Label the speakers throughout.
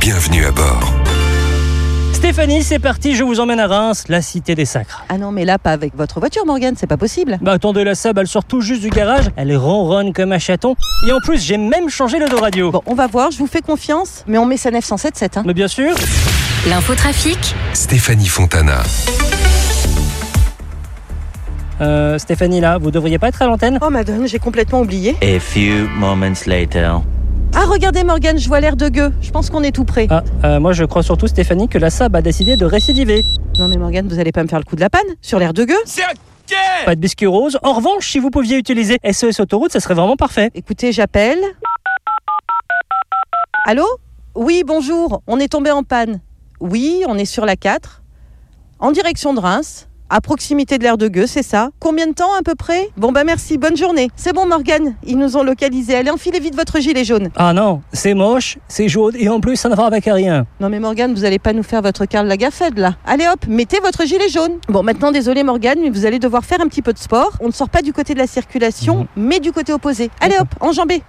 Speaker 1: Bienvenue à bord.
Speaker 2: Stéphanie, c'est parti, je vous emmène à Reims, la cité des sacres.
Speaker 3: Ah non, mais là, pas avec votre voiture, Morgane, c'est pas possible.
Speaker 2: Bah attendez, la Sab, elle sort tout juste du garage, elle ronronne comme un chaton, et en plus, j'ai même changé l'autoradio.
Speaker 3: Bon, on va voir, je vous fais confiance, mais on met sa 977, hein.
Speaker 2: Mais bien sûr,
Speaker 4: L'infotrafic
Speaker 1: Stéphanie Fontana.
Speaker 2: euh, Stéphanie, là, vous devriez pas être à l'antenne
Speaker 3: Oh madame, j'ai complètement oublié.
Speaker 5: A few moments later.
Speaker 3: Ah regardez Morgane, je vois l'air de gueux. Je pense qu'on est tout près.
Speaker 2: Ah, euh, moi je crois surtout, Stéphanie, que la Sab a décidé de récidiver.
Speaker 3: Non mais Morgane, vous allez pas me faire le coup de la panne sur l'air de gueux
Speaker 2: Pas de biscuits roses. En revanche, si vous pouviez utiliser SOS Autoroute, ça serait vraiment parfait.
Speaker 3: Écoutez, j'appelle. Allô Oui, bonjour. On est tombé en panne. Oui, on est sur la 4. En direction de Reims. À proximité de l'air de gueux, c'est ça Combien de temps à peu près Bon bah merci, bonne journée. C'est bon Morgane, ils nous ont localisé. Allez, enfilez vite votre gilet jaune.
Speaker 2: Ah non, c'est moche, c'est jaune, et en plus, ça ne va avec rien.
Speaker 3: Non mais Morgane, vous allez pas nous faire votre Karl Lagerfeld là. Allez hop, mettez votre gilet jaune. Bon maintenant désolé Morgane, mais vous allez devoir faire un petit peu de sport. On ne sort pas du côté de la circulation, mais du côté opposé. Allez hop, enjambez.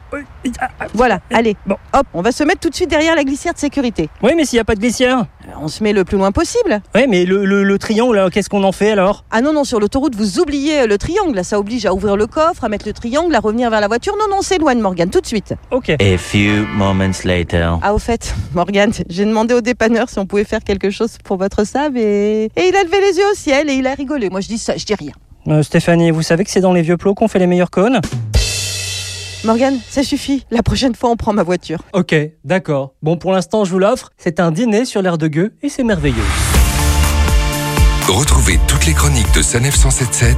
Speaker 3: Voilà, allez.
Speaker 2: Bon.
Speaker 3: Hop, on va se mettre tout de suite derrière la glissière de sécurité.
Speaker 2: Oui, mais s'il n'y a pas de glissière
Speaker 3: Euh, On se met le plus loin possible.
Speaker 2: Ouais, mais le, le, le triangle, là, qu'est-ce qu'on en fait alors
Speaker 3: Ah non non, sur l'autoroute, vous oubliez euh, le triangle, ça oblige à ouvrir le coffre, à mettre le triangle, à revenir vers la voiture. Non non, c'est loin Morgane tout de suite.
Speaker 2: Ok.
Speaker 5: A few moments later.
Speaker 3: Ah au fait, Morgane, j'ai demandé au dépanneur si on pouvait faire quelque chose pour votre sable et... et il a levé les yeux au ciel et il a rigolé. Moi je dis ça, je dis rien.
Speaker 2: Euh, Stéphanie, vous savez que c'est dans les vieux plots qu'on fait les meilleurs cônes
Speaker 3: Morgane, ça suffit. La prochaine fois, on prend ma voiture.
Speaker 2: Ok, d'accord. Bon, pour l'instant, je vous l'offre. C'est un dîner sur l'air de gueux et c'est merveilleux.
Speaker 1: Retrouvez toutes les chroniques de Sanef 177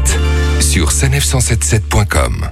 Speaker 1: sur sanef177.com.